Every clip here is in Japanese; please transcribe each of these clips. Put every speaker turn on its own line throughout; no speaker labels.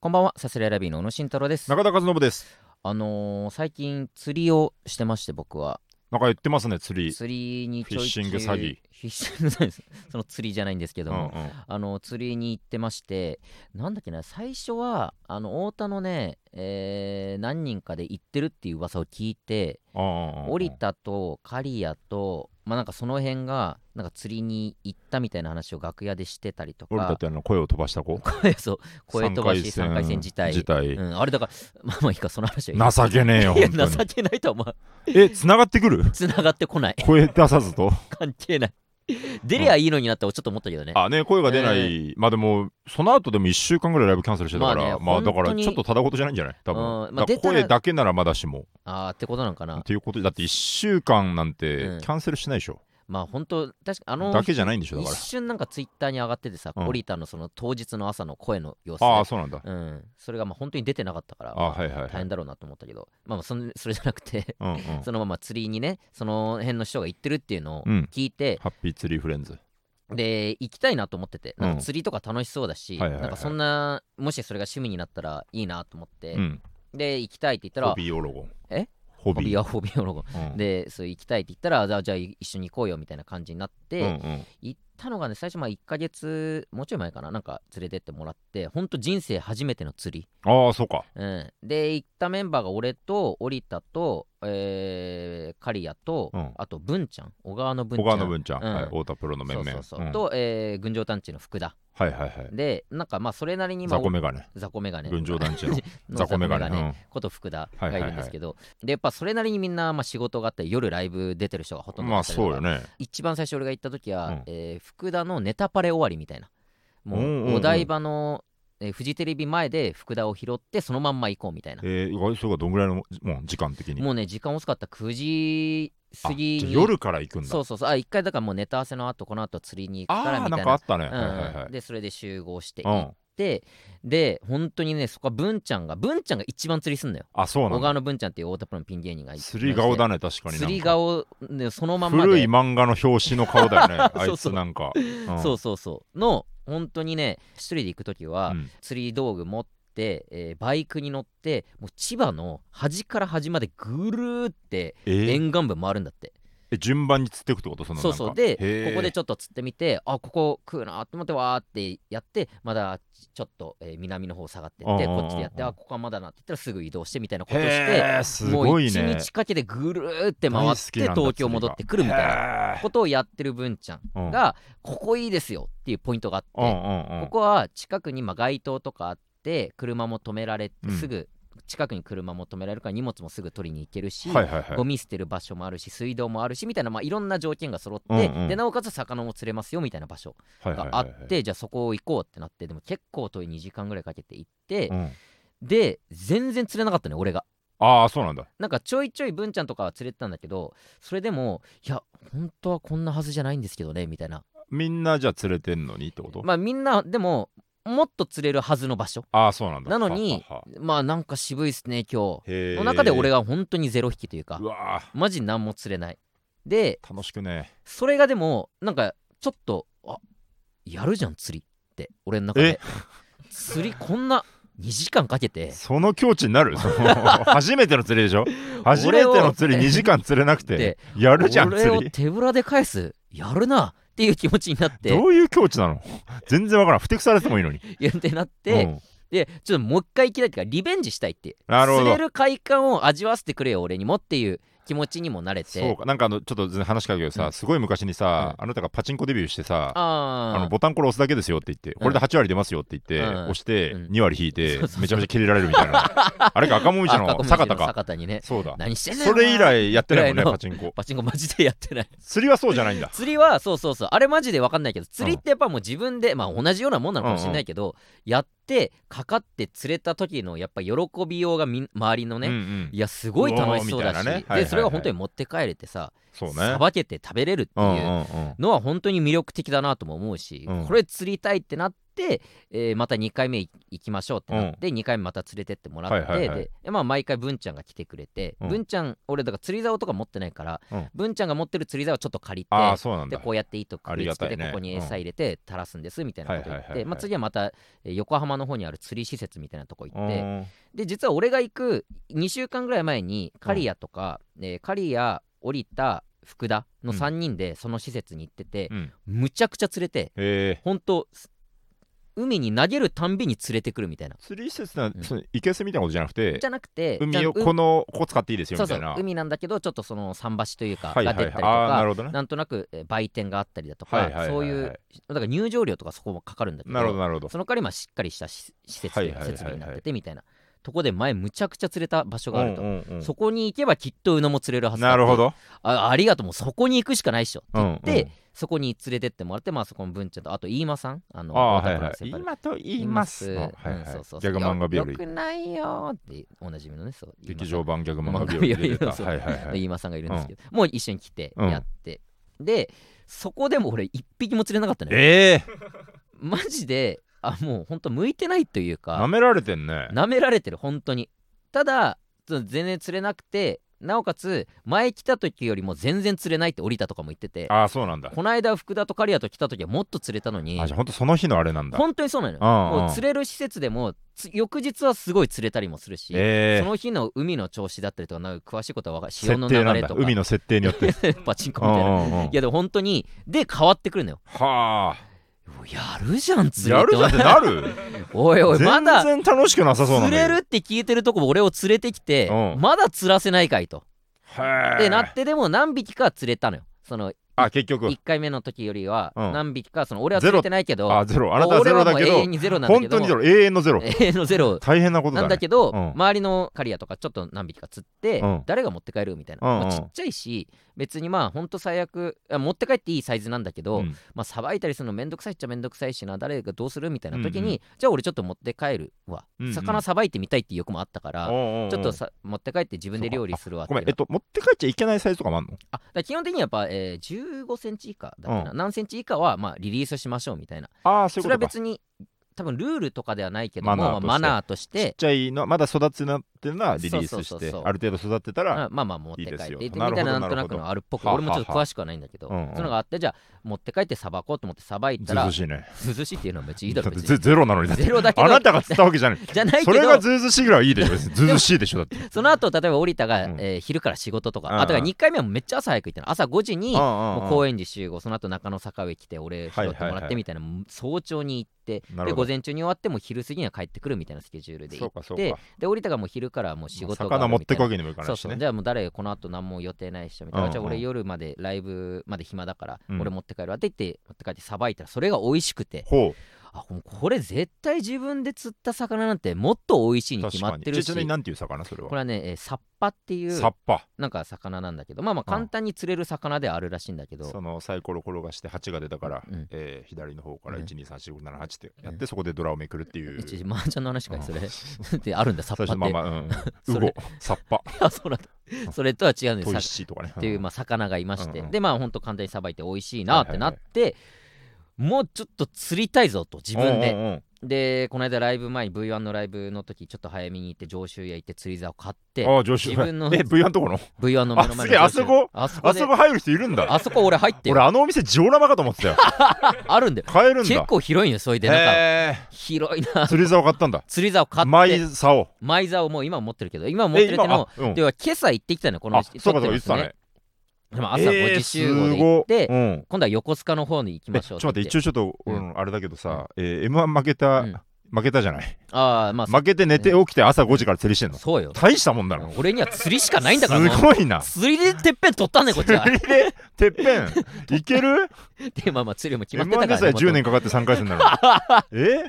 こんばんは、サスレラビーの小野慎太郎です。
中田和信です。
あのー最近釣りをしてまして、僕は
なんか言ってますね、釣り。
釣りにちょいちょい
フィッシング詐欺
フィッシング詐欺 です。その釣りじゃないんですけ
う
ど
んうん
も、、あの釣りに行ってまして、なんだっけな、最初はあの太田のね、えー何人かで行ってるっていう噂を聞いて、
降
織田と刈谷と、まあなんかその辺がなんか釣りに行ったみたいな話を楽屋でしてたりと
降りた
か
っ、てあの声を飛ばした子。
そう、 声飛ばし三回戦自体。うん、あれだから、 まあまあいいか、その話はいいや
情けねえよ。
いや
本当に
情けないとはまあ
え、繋がってく る
繋がってこない
声出さずと。
関係ない出りゃいいのになってちょっと思ったけどね
あ、ね、声が出ない。まあでも、その後でも1週間ぐらいライブキャンセルしてたか
まあ
ら、
ね
まあだか
本当
ら
に
ちょっとただごとじゃないんじゃない多
う
分
んまあ
だから
出たら
声だけならまだしも。
あーってことなのかな
っていうことでだって1週間なん
う
て
ん
キャンセルしないでしょ。
まあ本当確かあの
だけじゃないんでしょ、だか
一瞬なんかツイッターに上がっててさ
うん
オリタのその当日の朝の声の様子
ら。あ
ね
あ、そうなんだ。
うんそれがまあ本当に出てなかったから
あはいはい
大
はい
変。だろうなと思ったけどまあまあそん それじゃなくて
うんうん
そのまま釣りにねその辺の人が行ってるっていうのを
うん
聞いて
ハッピーツリーフレンズ。
で行きたいなと思っててなんか釣りとか楽しそうだし
はいはいはい
なんかそんなもしそれが趣味になったらいいなと思って
うん。
で行きたいって言ったら
ホビーオロゴン。
え
ホ
ホビ
ビ
ー
ー。
はホビーオロゴン
うん
でそう行きたいって言ったらじゃあじゃあ一緒に行こうよみたいな感じになって、
うんうん
行ったのがね最初まあ1ヶ月もうちょい前かななんか連れてってもらってほんと人生初めての釣り、
ああ、そうか。
うん、で行ったメンバーが俺と織田と、えー、刈谷と、
うん
あと文ちゃん小川の文ちゃん
小川の文ちゃん、
うん
はい、太田プロの面々
そうそうそう、
ん
と、えー群青団地の福田
はいはいはい
でなんかまあそれなりにまあ
雑魚メガネ
雑魚メガネ
群青団地の
の
雑魚メガネ
雑魚メこと福田がいるんですけど、でやっぱそれなりにみんなまあ仕事があって夜ライブ出てる人がほ
う
とん
ん、
どだ
まあ
ったりとか
そうよね
一番最初俺が行った時は、
うん
えー福田のネタパレ終わりみたいなも
うんうんう
うんお台場の、えーフジテレビ前で福田を拾ってそのまんま行こうみたいな
えー、意外それがどんぐらいのもう時間的に
もうね時間遅かった9時
あ
過ぎ
じゃあ
に
夜から行くんだ
そうそうそうあ一回だからもうネタ合わせの後この後釣りに行くから
ああ
みた
なん
い
かあ
な
ったね、
うん
はいはいはい
でそれで集合して
う
行っ
ん
て、で本当にねそこは文ちゃんが文ちゃんが一番釣りすんだよ
あそうな
小
んだ
川の文ちゃんっていう太田プロのピン芸人がいて
釣り顔だね確かになんか
釣り顔、ね、そのまんまで
古い漫画の表紙の顔だよね
そうそ
あ
う
いつなんか、うん
そうそうそうの本当にね一人で行く時は、
うん
釣り道具持って、えーバイクに乗ってもう千葉の端から端までぐるーって
えー
沿岸部回るんだって、
え順番に釣っていくってことそのなん
そう
か
そうで
へー
ここでちょっと釣ってみてあここ食うなーって思ってわーってやってまだちょっと、えー南の方下がってって
うんうんうん
こ
うん
っちでやってあここはまだなって言ったらすぐ移動してみたいなことして
へえす
もう
ごい
一
ね
日かけてぐるーって回
大
っ
好
て
きなんだ
東京戻ってくるみたいな
な
ことをやってる文ちゃんが、ここいいですよっていうポイントがあって、
うんうんうん
ここは近くにまあ街灯とかあって車も止められて
うん
すぐ近くに車も止められるから荷物もすぐ取りに行けるし、
はいはいはい
ゴミ捨てる場所もあるし水道もあるしみたいな、まあ、いろんな条件が揃って、
うんうん
でなおかつ魚も釣れますよみたいな場所
はいはい
が
はい
あ
は
って、
い
じゃあそこ行こうってなってでも結構遠い2時間ぐらいかけて行って
う、ん
で全然釣れなかったね俺が。
ああそうなんだ
なんかちょいちょい文ちゃんとかは釣れてたんだけどそれでもいや本当はこんなはずじゃないんですけどねみたいな
みんなじゃあ釣れてんのにってこと、
まあみんなでももっと釣れるはずの場所
ああそうなんだ
なのに
ははは
まあなんか渋いっすね今日
へー
の中で俺が本当にゼロ匹というか
うわー
マジ何も釣れないで
楽しくね
それがでもなんかちょっとあやるじゃん釣りって俺の中で釣りこんな2時間かけて
その境地に なるその初めての釣りでしょ初めての釣り2時間釣れなく
で
てやるじゃん
俺
釣
を
り
手ぶらで返すやるなっていう気持ちになって
どういう境地なの全然わからん不適されてもいいのに
いやってなっ
う
て
ん
でちょっともう一回行きたいっていうかリベンジしたいって
なるほ
釣れ
ど
る快感を味わわせてくれよ俺にもっていう気持ちにもなれて
そうかなんかあのちょっと全然話変わるけど
う
さ
ん
すごい昔にさあなたがパチンコデビューしてさ
あ
あ
ー
のボタンこれ押すだけですよって言ってこれで8割出ますよって言って
うん
押して
うん
2割引いて
そうそうそう
めちゃめちゃキレられるみたい なあれか赤もみじ
あ赤
の
く見えてる
坂田か
坂田にね
そうだ
何してんねん
それ以来やってないもんね
ぐらいの
パチンコ
パチンコマジでやってない
釣りはそうじゃないんだ
釣りはそうそうそうあれマジで分かんないけど釣りってやっぱもう自分で、まあ同じようなもんなのかもしれないけど、やってかかって釣れた時のやっぱ喜びようがみん周りのね、
うんうん
いやすごい楽しそうだ
うおーみたい
し、
なねはいはいはい
でそれが本当に持って帰れてさ
そうね
さば、けて食べれるって
うんうん
いう
うん
のは本当に魅力的だなとも思うし、
うん
これ釣りたいってなっって、えーまた2回目い行きましょうってなって、2回目また連れてってもらって、
はいはいはい
でまあ、毎回文ちゃんが来てくれて、
うん
文ちゃん俺だから釣り竿とか持ってないから、
うん
文ちゃんが持ってる釣り竿をちょっと借りて
ああそうなん
で
だ
こうやって糸くくりつけ
あ
て
りが
こ
たいね
こに餌入れて垂らすんですみたいなこと言
はい
っ
はいはい
て
はい
まあ次はまたえー横浜の方にある釣り施設みたいなとこ行
う
って
ん
で実は俺が行く2週間ぐらい前に刈谷とかえー刈谷降りた福田の3人でその施設に行ってて
うん
むちゃくちゃ連れて
え
ほんとす海に投げるたんびに連れてくるみたいな
ー釣り施設なん
うん
そのいけすみたいなことじゃなくて
じゃなくて
海を
じゃあう
このここ使っていいですよ
そうそ
みたいうな
海なんだけどちょっとその桟橋というか
はいは
が
いは
出たり
い
と
ああな
か
るほどね
なんとなくえー売店があったりだと
はいはいはい
か
はい
そういうだから入場料とかそこもかかるんだけど
なるほどなるほど
その代わりまあしっかりしたし施設というか
はいはいはいはい
設備になっててみたいなとこで前むちゃくちゃ釣れた場所があると、
うんうんうん
そこに行けばきっとうのも釣れるはずだ
なるほど
あありがとうもうそこに行くしかないっしょって言って、
うんうん
そこに連れてってもらってまあそこの文ちゃんとあと飯間さんあの
ああ
太
はい
田プロの先
はい
輩
今と言います
い
の
ま
は
す
い
うん
は
そうそう
いギャグ漫画日
よ
和
よくないよーっておなじみのねそう飯間さ
劇
ん
場版ギャグ漫画日
漫
和
画日和
出てた
そう
はいはいはい
飯間さんがいるんですけど、もう一緒に来て
うん
やって、でそこでも俺一匹も釣れなかったね
ええ
マジであもうほんと向いてないというか
なめられてんね
舐められてる本当にただその全然釣れなくてなおかつ前来た時よりも全然釣れないって降りたとかも言ってて
ああそうなんだ
この間福田と刈谷と来た時はもっと釣れたのに
あじゃあほんとその日のあれなんだ
本当にそうなのよ
うんうん
もう釣れる施設でもつ翌日はすごい釣れたりもするし、
え
そ
え
の日の海の調子だったりとかなんか詳しいことは分か潮
設
の
定
流
なん
れ
だ
とか
海の設定によって
パチンコ
う
みたいな、い
んうんうん
やでも本当にで変わってくるのよ
はあ
やるじゃん釣
や
れ
るじゃんってなる
おい おいま
全
だ
然楽しくなさそうなん
釣
だ
れ
けど
るって聞いてるとこ俺を連れてきて、
うん
まだ釣らせないかいと。
へえ
でなってでも何匹か釣れたのよ。その
あ結局
1回目の時よりは
うん
何匹か、その俺は釣れてないけど、
あゼロあなたはゼ
俺
ロ
は
だ
もう
け
永遠
ど
にゼロなんだけ
本
ど、
当にゼロ永遠のゼロ
永遠の ゼロ
大変なこと
な
だ
んだ
ね
けど、
うん
周りの刈谷とかちょっと何匹か釣って、
うん
誰が持って帰るみたいな、
うんうん
まあちっちゃいし別にまあほんと最悪あ持って帰っていいサイズなんだけど、
うん
まあさばいたりするのめんどくさいっちゃめんどくさいしな誰がどうするみたいな時に、
うんうん
じゃあ俺ちょっと持って帰るわ、
うんうん
魚さばいてみたいっていう欲もあったから、
おうおうおう
ちょっとさ持って帰って自分で料理するわって
ご
いうの
めんえっと持って帰っちゃいけないサイズとかもあんの
あだから基本的にはやっぱ、えー、15センチ以下だっけな、
う
何センチ以下は、まあ、リリースしましょうみたいな
ああそうい
そうれ
こ
は
とか
別に多分ルールとかではないけども
マナー
まあ
として
マナーとし
ちってちゃいのまだ育つなっていうのはリリー
そうそ
スし
うそう
て
そう
ある程度育ってた
ま
ら
あまあまあ持って帰って
いいですよ
でみた
なるほど
いななんとなくのあるっぽく俺もちょっと
ははは
詳しくはないんだけど
うんう
そ
ん
ういうのがあってじゃあ持って帰ってさばこうと思ってさばいた
ず
ら
ずしいね
涼しいっていうのはめっちゃいいだろ
だって
別に
ゼゼロなのにだって
ゼロだけど
あなたが釣ったわけじゃない
じゃない
そ
け
れが
ど
ずうずしいぐらいはいいでしょ別にずうずしいでしょだって
その後例えば織田が、
うん
えー昼から仕事とか、
うんうん
あとが2回目はめっちゃ朝早く行ったの朝5時にもう
公
高円寺集合その後中野坂上来て俺
は
拾
い
ってもらってみたいな、早朝に行って
な
で
るほど
午前中に終わってもう昼過ぎには帰ってくるみたいなスケジュールで行
そうかそ
っ
う
て
か
で降りたがもう昼からもう仕事があ
魚
る
持っ
みた
て
い
く
な
わけにもいかな
そう
いし
そう
ね
じゃあもう誰この後何も予定ないっしょみたいな、
うんうん
じゃあ俺夜までライブまで暇だから、
うん
俺持って帰るわって言って持って帰ってさばいたらそれが美味しくて
ほ
あもうこれ絶対自分で釣った魚なんてもっと美味しいうに決
確
ま
か
っ
に
てる
ち
し
なみに
こ
何ていう魚そ
れ
れは
はね、えーサッパっていう
サッパ
なんか魚なんだけどまあまあ
うん
簡単に釣れる魚ではあるらしいんだけど、
そのサイコロ転がして8が出たから
うん
えー左の方から
うん
1234578ってやってそこでドラをめくるっていう
一時マージャンの話かいそれ
うん
ってあるんだサッ
最
パ
初
っ
まあ
て
まあうん
そ
ウ
れ
ゴサッパ
あそうなんだそれとは違うんです
トイ
さ
シーとかね
っていうまあ魚がいまして、
うんうん
でまあほんと簡単にさばいて美味しいなってなって、もうちょっと釣りたいぞと自分で、
うんうんうん
でこの間ライブ前に V1 のライブの時ちょっと早めに行って上州屋行って釣り竿買って
ああ、上司。
自分の
え、V1 とこの
V1 の目の前の上州屋
あすげえあ
あそ
そこ
こ
あ
で
そこ入る人いるんだ。
あそこ俺入ってる
俺、あのお店、ジオラマかと思って たよ。
あるんだよ
買えるん
結
だ。
構広いんよそれでなんか
へ
広いな
え。釣り竿買ったんだ。
釣り竿買っ
マ
て
イ竿。
前竿もう今持ってるけど今持ってるけど
あ
も、
うん
では今朝行ってきたのよこの
あそうかそうか
撮
言
ま
っ
す
てたね。
でも朝5時集合で行
行
って、
うん。
今度は横須賀の方に行き
え
まし
ち
ょう
ょっと待って、一
応
応ちょっと、うんあれだけどさ、えー M1 負けた
うん、
負けたじゃない。
ああまあそ
負けて寝て起きて朝5時から釣りしてんの。
そうよ
大したもんだな。
俺には釣りしかないんだから
す
も
ごいうな。
釣りでてっぺん取ったんだよこっち は
釣りでてっ ぺんいける
でまあまあ釣りも決まって
?M1 で
たか
さえ
ら、ね、
10年かかって3回戦なの に。え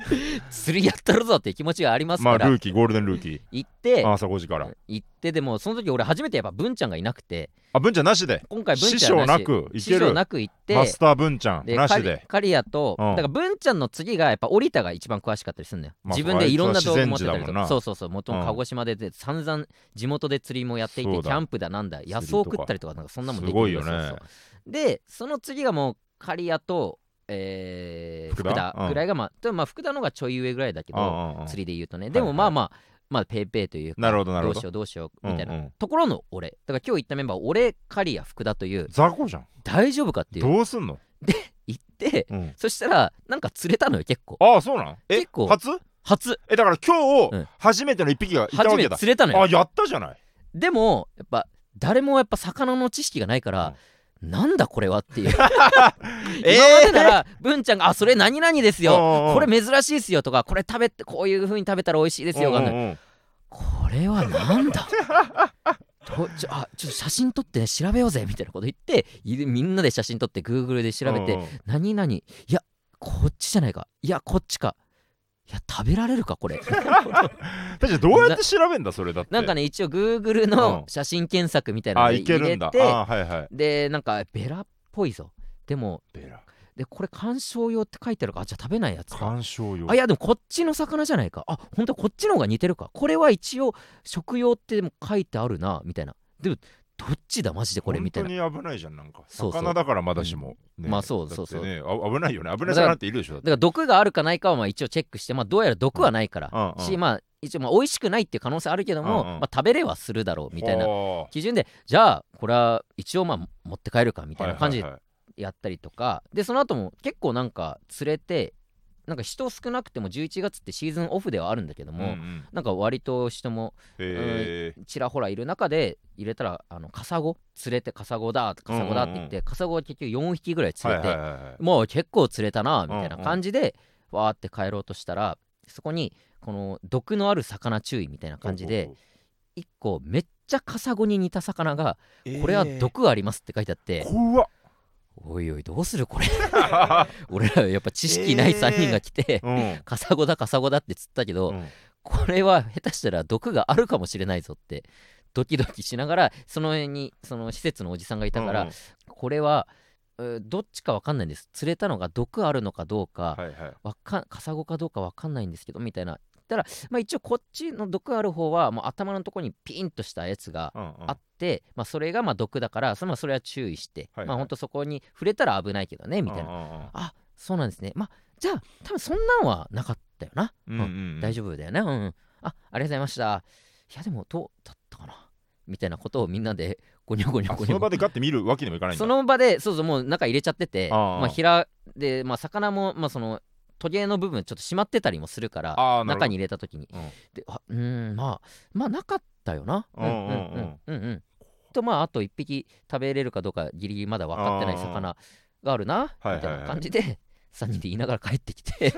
釣りやったるぞっていう気持ちがあります
ま
か
あ、
ら、
ルーキー、ゴールデンルーキ
行って
ー。朝5時から。
行ってでもその時俺初めてやっぱ文ちゃんがいなくて
あ、文ちゃんなしで。
今回文
師
ちゃんな
匠な
し
くい
師
け
匠
る
なく行って
マスター文ちゃん
で
な
カ
し
リ
で
カリアと、
うん
だから文ちゃんの次がやっぱ織田が一番詳しかったりするんだよ、
まあ
自分でいろんな動画持ってた
あ
り
いつ
と
は自然児だもん
か
な
そうそうそう元々鹿児島でで散々地元で釣りもやっていてキ
そうだ
ャンプだなんだ
釣りと
野
か
草食ったりとかなんかそんなもん
す
できる
ごいよね
そうそうでその次がもうカリアとえー
福田
福田
うん
ぐらいがまあでもまあ福田の方がちょい上ぐらいだけど
ああ
釣りで言うとね
い
でもまあまあまあペイペイというか
なるほどなる
どう
ほど
しようどうしようみたいな
うんうん
ところの俺だから今日行ったメンバーは俺刈谷福田という
雑魚じゃん
大丈夫かっていう
どうすんの、
行って
うん、
そしたらなんか釣れたのよ結構
ああそうなんえ
結構
初
初
えだから今
う
日
ん
初めての一匹がいた
初
わ
め
け
て
だ、
釣れたの
あ
よ
やったじゃない
でもやっぱ誰もやっぱ魚の知識がないから、なんだこれはって いう今までなら文ちゃんが「あそれ何々ですよこれ珍しいですよ」とか「これ食べてこういう風に食べたら美味しいで
です
よ」がねこれはなんだとちょあちょっと写真撮ってね調べようぜみたいなこと言っていみんなで写真撮って Google で調べて何々いやこっちじゃないかいやこっちかいや食べられるかこれ
確かにどうやって調べんだそれだって
なんか
ね
ね一応 Google
うん
の写真検索みたいな
あ
ので
い
入
ける
れ
んだ
て、
あはいはい
でなんかベラっぽいぞでも
ベラ
でこれ観賞用って書いてあるからあじゃあ食べないやつか
観賞用
あいやでもこっちの魚じゃないかあ本当はこっちの方が似てるかこれは一応食用ってでも書いてあるなみたいなでもどっちだマジでこれみたいな
本当に危ないじゃんなんか
そうそう
魚だからまだしも、ね
まあそうそうそう
だってねあ危ないよね危ない魚っているでしょだっ
だから毒があるかないかはまあ一応チェックしてまあどうやら毒はないから、
うんうん
しまあ一応まあ美味しくないっていう可能性あるけども、
うんうん
まあ、食べれはするだろう
て
みたいな
は
基準でじゃあこれは一応まあ持って帰るかみ
み
たいな感じ
は
で
いはい
やったりとか、でその後も結構なんか釣れてなんか人少なくても11月ってシーズンオフではあるんだけども、
うんうん
なんか割と人も
えー
ちらほらいる中で入れたらあのカサゴ釣れてカサゴだカサゴだって言って、カサゴは結局4匹ぐらい釣れて、
はいはいはいはい
もう結構釣れたなみたいな
うんうん
感じで、わーって帰ろうとしたらそこにこの毒のある魚注意みたいな感じで1個めっちゃカサゴに似た魚が
おうおう
これは毒ありますって書いてあって、
怖っ
おいおいどうするこれ 俺らやっぱ知識ない3人が来て、
うん
カサゴだカサゴだって釣ったけど、
うん
これは下手したら毒があるかもしれないぞってドキドキしながらその辺にその施設のおじさんがいたから、
うんうん
これはうーどっちかわかんないんです釣れたのが毒あるのかどうか,、
はいはい
わかんカサゴかどうかわかんないんですけどみたいな言ったら、まあ、一応こっちの毒ある方はもう頭のとこにピンとしたやつが
うんうん
あって、まあ、それがまあ毒だからそれ,、まあ、それは注意して、
はいはい
まあ、ほんとそこに触れたら危ないけどねみたいな、
な
あそうなんですねまあじゃあ多分そんなんはなかったよなうん大
丈
丈夫だよね、うんうん、あありがとうございましたいやでもどうだったかなみたいなことをみんなでゴニョゴニョゴ
そ
ニョ
の場でガッて見るわけにもいかないんだ
その場でそうそうもう中入れちゃってて
ああ
まあ平で、まあ、魚も、まあ、そのトゲの部分ちょっと締まってたりもするか
あ
ら
あなるほど
中に入れた時に、
うん
であうーんまあまあなかったよな
うんうんうん
うんうんうんとまああと1匹食べれるかどうかギリギリまだ分かってない魚があるな
ああ
みたいな感じで3人で言いながら帰ってき て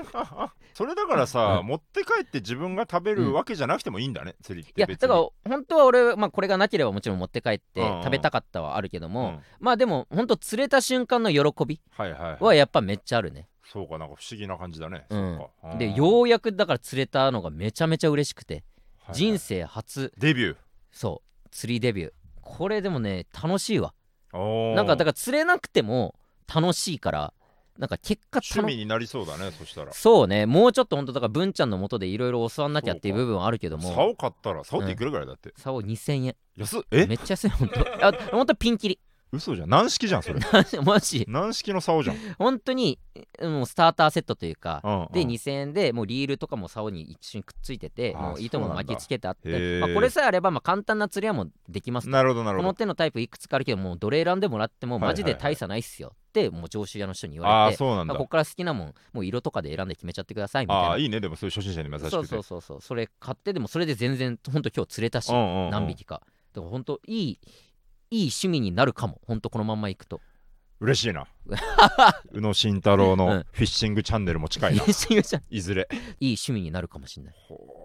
それだからさ、
う
持って帰って自分が食べるわけじゃなくてもいいんだね、釣りっ
い
て
や
別
だ
に
から本当は俺、まあ、これがなければもちろん持って帰って
うんうん
食べたかったはあるけど
うん
も、まあでも本当釣れた瞬間の喜び
はいはい、
はやっぱめっちゃあるね
そうかなんか不思議な感じだね、
うん
そっか
で
うん
ようやくだから釣れたのがめちゃめちゃ嬉しくて
はい
人生初
デビュ
そう釣りデビューこれでもね楽しいわ
ーおー
なんかだから釣れなくても楽しいからなんか結果楽
趣味になりそうだねそしたら
そうねもうちょっと本当だから文ちゃんの元でいろいろ教わんなきゃっていう
そう
部分はあるけども
竿買ったら竿っていくらぐらいだって、
竿2000円
安っえ
めっちゃ安い本当あ本当ピンキリ
嘘じゃん軟式じゃんそれ
マジ
軟式の竿じゃん、
本当にえもうスターターセットというか、
うんうん
で2000円でもうリールとかも竿に一緒にくっついてて
あ
もう糸
そ
も
うなんだ
巻きつけてあっ
へ
て、
ー
まあ、これさえあればまあ簡単な釣りはもうできますと
なるほどなる
こ
ほ
の
ど
手のタイプいくつかあるけどもうどれ選んでもらっても
はいは
マ
いはい
ジで大差ないっすよってもう常習屋の人に言
あ
わ
あ
れ
ー
て
そうなん
ま
だ
あここから好きなもんもう色とかで選んで決めちゃってくださいみ
ああ
たい
いいねでもそういう初心者に優しく
な
て
そうそうそうそうそれ買ってでもそれで全然ほんと今日釣れたし
うんうんうん
何匹かだからほんといいいい趣味になるかもほんとこのまんまいくと
嬉 しいな宇野慎太郎
う
の
ん
フィッシングチャンネルも近いな、
い
いずれ
い趣味になるかもしれない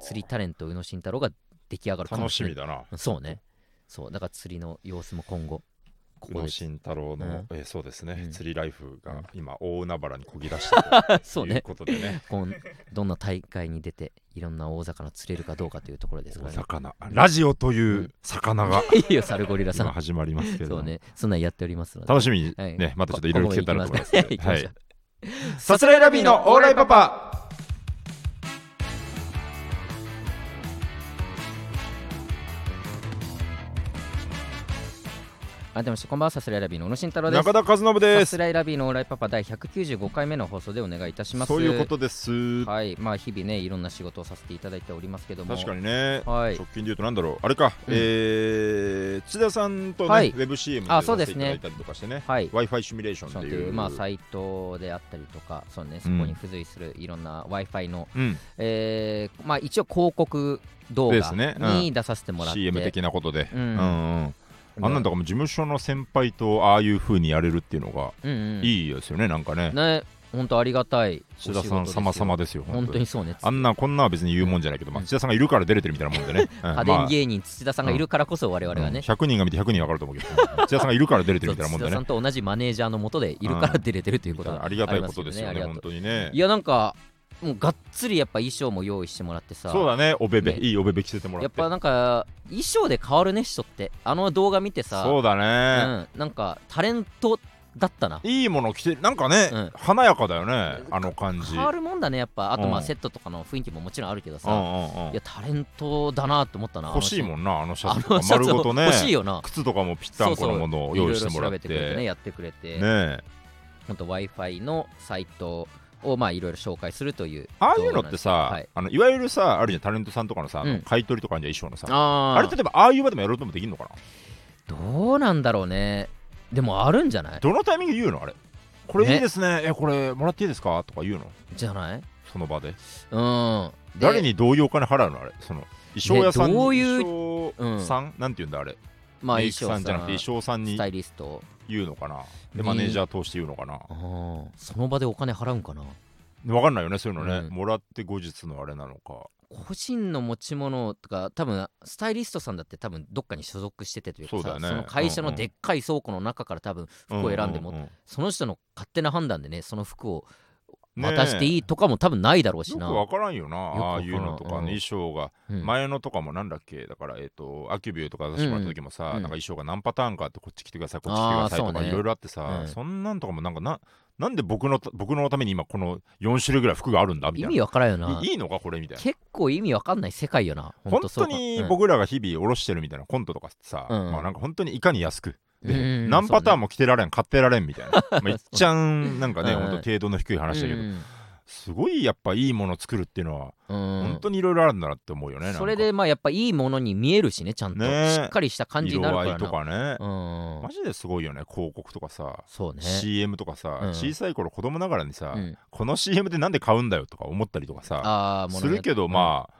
釣りタレント宇野慎太郎が出来上がるかも
楽
し
し
れな
み
い
だな
そうねそうだから釣りの様子も今後こ
宇
こ
野
で
慎太郎の、えーそうですね、
うん
釣りライフが今大海原にこぎ出してい る
そう
という
ね
ことでね
こんどんな大会に出ていろんな大魚釣れるかどうかというところですか
お
らね
魚ラジオという魚が
いいよサルゴリラさ
今
ん
始まりますけ
そ
ど、
うねそんなんやっておりますので
楽しみにね、
はい
またちょっといろいろ聞けたらと思います
ここも行きま
は
しょう行きましょ
いうさすらいラビーのオーライパパ
あでもこんばんはさすらいラビーの小野慎太郎です
中田和信で
さ
す
すらいラビーのオーライパパ第195回目の放送でお願いいたします
そういうことです
はいまあ日々ねいろんな仕事をさせていただいておりますけども
確かにね
はい
直近で言うとなんだろうあれか
うん
えー千田さんと
は
ね
い
ウェブ CM
あ
で
そう
出
で
させて
すね
いただいたりとかしてね
はい
Wi-Fi シミュレーションっていう
まあ、サイトであったりとかそう、ね、そこに付随するいろんな w i f i の、
うん
えーまあ、一応広告動
で
画
すねうん
に出させてもらって、
CM 的なことでう
うんん
うんあんなんとかも事務所の先輩とああいう風にやれるっていうのが
うんうん、
いいですよねなんかね
ね本当ありがたいお仕
千
事
田
です
さ
よ
ん様々ですよ
本当にそうね
あんなこんなは別に言うもんじゃないけど、まあ、
うん
土田さんがいるから出れてるみたいなもんで ね。うん
家
ま
電
あ
芸人土田さんがいるからこそ我々は
うん
ね、
100人が見て100人わかると思うけど、土田さんがいるから出れてる
そう
みたいなも
土
んで
田さ
ね
ん。と同じマネージャーのもとでいるか
う
ら
ん
出れてるということが
ありがたいことですよね、
ありが
本
たい
当にね
い。やなんかもうがっつりやっぱ衣装も用意してもらってさ
そうだね、おべべ、
ね
いいおべべ着せてもら
や
っ。
ってぱなんか衣装で変わるね人ってあの動画見てさ
そうだね、
うん、なんかタレントだったない
いもの着て、なんかね、
うん
華やかだよね、あの感じ。
変わるもんだねやっぱあとま
う
あ
ん
セットとかの雰囲気ももちろんあるけど
うん
さ、
うんうん
いやタレントだなって思ったな
欲しい
ん
もんな、あのシャ
あ
ツと
の
か
シャ
丸
ツ
ごとね。
欲しいよな
靴とかもぴったんこのものを
いろ
用
いろ
意してもら
調
っ
べ
て。
てくれてねやってくれて、
ねえ
本当 w i f i のサイトをまあいろいろ紹介するという
ああいうのってさ、
はい
あのいわゆるさ、あるじゃん、タレントさんとかのさ、あの
うん
買い取りとかあるじゃん衣装のさ、
あ
あれ
ー
例えばああいう場でもやろうともできるのかな
どうなんだろうねでもあるんじゃない
どのタイミングで言うのあれこれ
ね
いいですねえこれもらっていいですかとか言うの
じゃない
その場で
うんで
誰にどういうお金払うのあれその衣装屋さんに
ねどういう
衣装さん、なんて言うんだあれ
まあ
メイ
衣装
クさんじゃなくて衣装さん
ス
に
タイリスト
言うのかなで
ね
マネージャー通して言うのかな
あーその場でお金払うんかな
分かんないよねそういうのね、
うん
もらって後日のあれなのか
個人の持ち物とか多分スタイリストさんだって多分どっかに所属しててというか
そうだよ
さ
ね
その会社
う
の
んうん
でっかい倉庫の中から多分服を選んでも
うう
その人の勝手な判断でねその服を
うん
渡して
ね
いいとかも多分ないだろう
え
し
よく
な、
分からんよな
くわからん
ああいうのとかね
うん
衣装が
うん
前のとかもなんだっけだからえっ、とアキュビューとか出してもらった時もさ、
うん
なんか衣装が何パターンかあってこっち来てくださいこっち来てください
あー
とか
そうね
いろいろあってさ、
うん
そんなんとかもなんかななんで僕のた僕のために今この4種類ぐらい服があるんだみ
意
たい
味
な
わからんよない
いいのかこれみたいな
結構意味わかんない世界よな
本
そ
当
うか
に
うん
僕らが日々下ろしてるみたいなコントとかさ、
うん
まあ、なんか本当にいかに安くで、
うん
何パター
そう
ン
ね
も着てられん買ってられんみたい な、まあ、いっちゃんなんかね、
うん
ほんと程度の低い話だけど、
うん
すごいやっぱいいもの作るっていうのは
うん
本当にいろいろあるんだなって思うよね、なんか
それでまあやっぱいいものに見えるしねちゃんと、
ねえ
しっかりした感じになる
色
か
合
ら
いと
な
か
う
ね、
ん
マジですごいよね広告とかさ、
そうね
CM とかさ、
うん
小さい頃子供ながらにさ、
うん
この CM でなんで買うんだよとか思ったりとかさ
あーもの
するけどま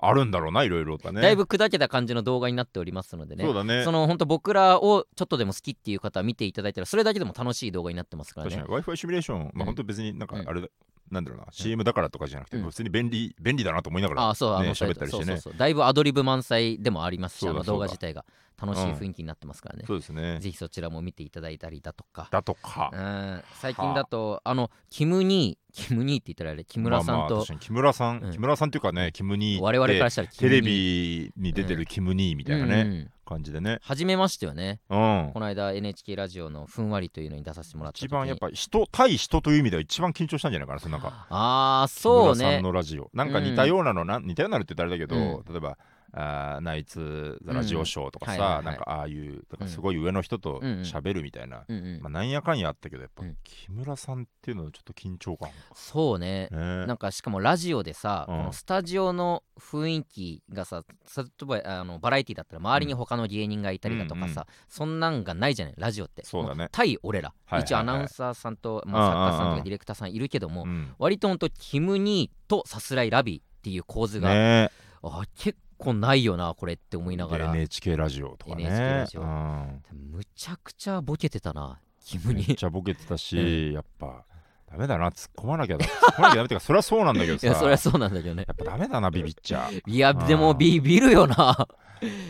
あ、あるんだろうないろいろとね
だいぶ砕けた感じの動画になっておりますのでね
そうだね
その本当僕らをちょっとでも好きっていう方は見ていただいたらそれだけでも楽しい動画になってますから
確かに
ね
w i f i シミュレーション、ま
う
あ
ん
本当別になんかあれだ、なんだろうな CM だからとかじゃなくて、
うん
普通に便利便利だなと思いながら
ああそうあ
ね
のそう
喋ったりしてね
そうそうそうだいぶアドリブ満載でもありますし
そう
あ
だ
の
そうだ
動画自体が楽しい雰囲気になってますからね、
そうですね
ぜひそちらも見ていただいたりだとか
だとか
うん最近だとあのキム兄キム兄って言ったらあれ木村さ
ま
ん
あまあ
と
確かに木村さん、
うん
木村さんっていうかねキムニー
我々からしたらキ
テ
ム
レ
兄
ビに出てるキムニーみたいなね、
うんうん
感じでね
初めましてよね
うん
この間 NHK ラジオの「ふんわり」というのに出させてもらった時に
一番やっぱ人対人という意味では一番緊張したんじゃないかなそのなんか
ああ
木
そう
村さ
ね
んのラジオなんか似たようなの、なん似たようなのって言ったらあれだけど、例えばあーナイツ・ザ・ラジオショーとか
うんはいはい
さ、
はい
なんかああいうだからすごい上の人と
うんうん
喋るみたいな、
うんうん
まあ、なんやかんやあったけどやっぱ
うん
木村さんっていうのはちょっと緊張感、
そうね
ね
なんかしかもラジオでさ、
うん
このスタジオの雰囲気がさ例えばあのバラエティだったら周りに他の芸人がいたりだとかさ、そんなんがないじゃないラジオって
そうだね
も対俺ら、
はいはいはい
一応アナウンサーさんと、まあ、作家さん
うんうん
と
うん
かディレクターさんいるけども、
うん
割とほんとキム・ニーとさすらいラビーっていう構図が、
ね
あ結構ないよなこれって思いなが
で
ら
NHK ラジオとかね
NHK ラジオ
うん
むちゃくちゃボケてたなキム・
め
ニ
っ
ー。
ちゃボケてたし、やっぱダメだな突っ込まなきゃだ突っ込まなきゃダメっていうかそれはそうなんだけど
い
さ
やそりゃそうなんだけどね
やっぱダメだなビビっちゃ
いや
うん
でもビビるよな、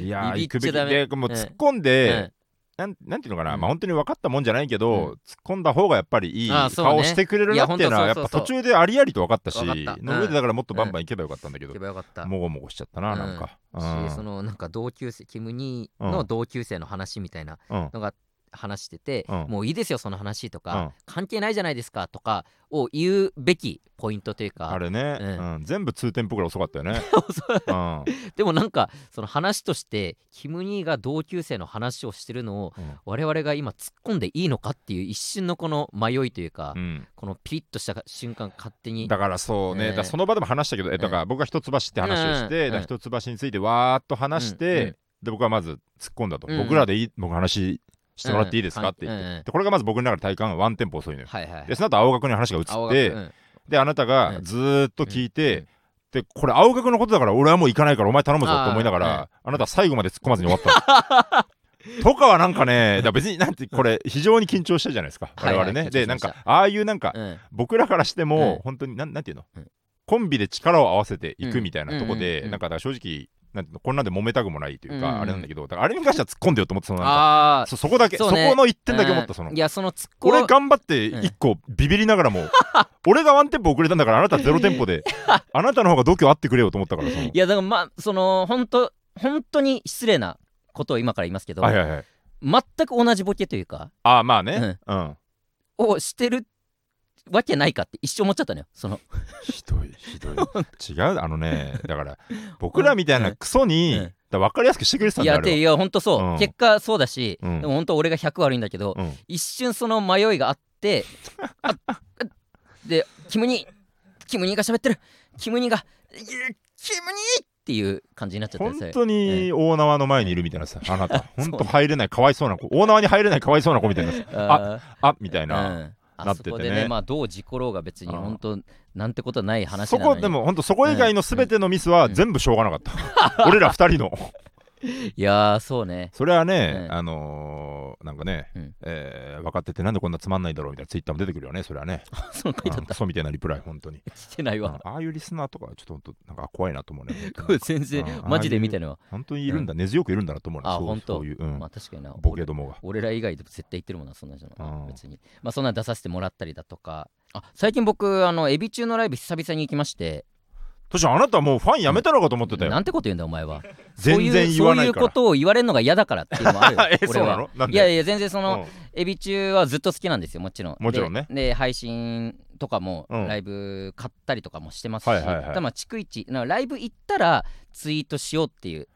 いやー
ビビ
行
っ
く
ち
べ
ゃ
き
ダメ
でもう
ええ
突っ込んで、
うん
なんなんていうのかな、
うん
まあ本当に分かったもんじゃないけど、
うん
突っ込んだ方がやっぱりいい
ああそうね
顔してくれるなっていうのは、
い
や
や
っ
ほん
ぱ
とそう
途
そうそ
中でありありと分かったし、
分かったうん
の上でだからもっとバンバン行けばよかったんだけ
い
ど
け、ばよかった
もごもごしちゃったな、なんか。うん
しそのなんか同級生キム・ニーの同級生の話みたいな
うん
のが話してて、
うん
もういいですよその話とか、
うん
関係ないじゃないですかとかを言うべきポイントというか
あれね、
う
うんん全部2店舗ぐらい遅かった よね、うん
でもなんかその話としてキム兄が同級生の話をしてるのを
うん
我々が今突っ込んでいいのかっていう一瞬のこの迷いというか、
うん
このピリッとした瞬間勝手に
だからそうね、
ね
だからその場でも話したけど、えだから僕は一橋って話をして、
うん
だから一橋についてわーっと話して、
うんうん
で僕はまず突っ込んだと、
うん
僕らでいい僕話してもらっていいですかって言って、
うんうんうん
でこれがまず僕の中で体感がワンテンポ遅いのよ、
はいはいはい
でその後青学に話が移
青
っ
学
て、
うん
であなた
う
が
ん
ずーっと聞いて、
うん
でこれ青学のことだから俺はもう行かないからお前頼むぞ
あー
と思いながら
は
あ,、なたは最後まで突っ込まずに終わった のとかはなんかねだから別になんてこれ非常に緊張したじゃないですか
は
我
いはい
々ね、
緊張
で
し
な
ま
ん
した
かああいうなんか、
うん
僕らからしても、
うん
本当になんなんていうの、
うん
コンビで力を合わせていくみたいなと
うん
こ
うん
で、
うんうん
なんかだから正直なんていうのこんなんで揉めたくもないというか、
うんうん
あれなんだけどだからあれに関しては突っ込んでよと思ってそのなんか
ああ
そそこだけ
そ
そ,、
うね
この一点だけ思ったその、
いやその突っ込
俺頑張って一個ビビりなが らも、俺がワンテンポ遅れたんだからあなたゼロテンポであなたの方が度胸あってくれよと思ったからその
いやだからまあその本当本当に失礼なことを今から言いますけど、
はいはいはい
全く同じボケというか
ああまあねうん
をしてるわけないかって一瞬思っちゃったのよその
ひどいひどい違うあのねだから僕らみたいなクソ
うん
に分かりやすくしてくれてたん
い
だよ
や
あ
て
れ
いや本当そう、
うん
結果そうだし、
うん
でも本当俺が100悪いんだけど、
はうん
一瞬その迷いがあってああでキムニキムニが喋ってるキムニがいやキムニっていう感じになっちゃったんです
本
よ
当に大縄の前にいるみた いなさあなた
う
本当入れないかわいそうな子大縄に入れないかわいそうな子みたいなさ
あ
あみたい
ー
な
うんあ
なって
そ
てね
こでねまあどう事故ろうが別に
あー
本当なんてことない話
そ
なのに
こでも本当そこ以外の全てのミスは全部しょうがな かった俺ら二人の
いやーそうね
それは
う
ね、
ん
あのーなんかね、
うん
えー分かっててなんでこんなつまんないんだろうみたいなツイッターも出てくるよね、 それはね。
その書いてあっ
うんクソみたいなリプライ、本当に。
た来てない
うん
わ
ああいうリスナーとか、ちょっと本当、なんか怖いなと思うね。本
こ
当
れ
に
全然
うん
マジで見てないわ
本当にいるんだ、根強くいるんだなと思うね。
あ
そう
本当
そういう、うん
まあ確かにな
ボケどもが。
俺ら以外でも絶対言ってるもんなそんな人の
うん
別にまあそんなの出させてもらったりだとかあ最近僕あのエビ中のライブ久々に行きまして
としあなたもうファンやめたのかと思ってたよ。
なんてこと言うんだお前はそういう
全然言わな
そう
いか
いうこ
ら。
とを言われるのが嫌だからっていうのもあるよ
え、
俺
そうな
は
のなん
いや
で
いや全然その、エビ中はずっと好きなんですよもちろん
もちろんね
でで配信とかも、
うん
ライブ買ったりとかもしてますし、
はいはいはい
ただまあ逐一なんかライブ行ったらツイートしようっていう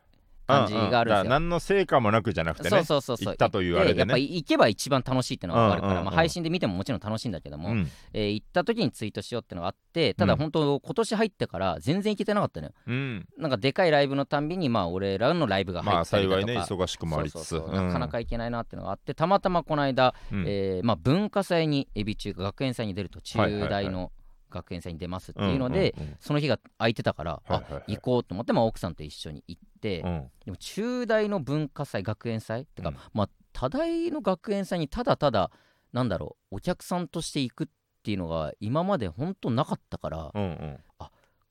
感じがあるん
だ
ですよ、
から何の成果もなくじゃなくて
そう
ね。
そうそうそう
行ったというあれ
や
でね
っぱ行けば一番楽しいっていうのが分かるから、
うんうんうん
まあ、配信で見てももちろん楽しいんだけども、
うん
えー行った時にツイートしようっていうのがあってただ
うん
本当今年入ってから全然行けてなかったのよ
うん
なんかでかいライブのたんびにまあ俺らのライブが
ま
入
あ
ったりだ
幸
と
い
か、
ね、忙しくもありつつ。
そうそう
う
そうんなかなか行けないなっていうのがあってたまたまこの間、
うん
えーまあ、文化祭にエビ中が学園祭に出ると中
はいはいはい
大の学園祭に出ますっていうので、
んんん
その日が空いてたから、
はいはいはい
あ行こうと思って、まあ、奥さんと一緒に行って、
うん
でも中大の文化祭学園祭ってか、
うん
まあ多大の学園祭にただただなんだろうお客さんとして行くっていうのが今まで本当なかったから、
うんうん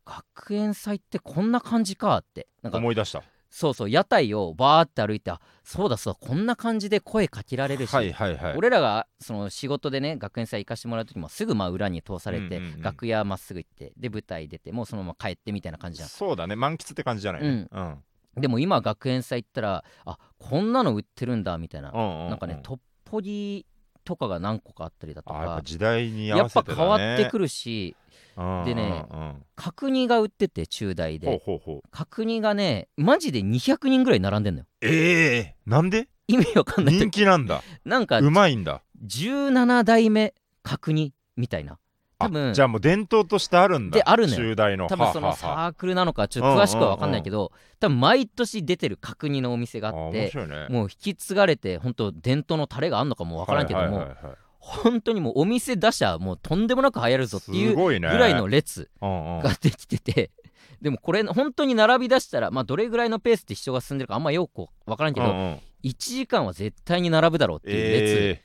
学園祭ってこんな感じかってなんか
思い出した。
そうそう屋台をバーって歩いてあそうだそうだこんな感じで声かけられるし、
はいはいはい。
俺らがその仕事でね学園祭行かしてもらう時もすぐまあ裏に通されて、
うんうんうん
楽屋まっすぐ行ってで舞台出てもうそのまま帰ってみたいな感じじゃん
そうだね満喫って感じじゃないね、うんうん
でも今学園祭行ったらあこんなの売ってるんだみたいな、
うんう
なんかねトッポギとかが何個かあったりだと
あやっ
か
ぱ時代に合
や
わ
っ
せ
ぱ
てだ、ね、
変わってく
る
るしでね
うんうん
角煮が売ってて中大
ほう
で
ほうほう
角煮がねマジで200人ぐらい並んでんのよ
ええなんで
意味わかんない
人気なん だ
なんか
うまいんだ
17代目角煮みたいな多
あ
分
じゃあもう伝統としてあるんだ
であるのよ
中大の
多分その
はあはあはあ
サークルなのかちょっと詳しくは分かんないけど多分毎年出てる角煮のお店が
あ
あっ
面
て
白いね
もう引き継がれて本当伝統のタレがあんのかも分からんけど
はいは
も
いはいはい
本当にもうお店出しゃもうとんでもなく流行るぞっていう
す
ぐ
ごいね
らいの列
うんうん
ができてて、 でもこれ本当に並び出したら、まあ、どれぐらいのペースで人が進んでるかあんまよく分からんけど、
うんうん
1時間は絶対に並ぶだろうっていう
え
列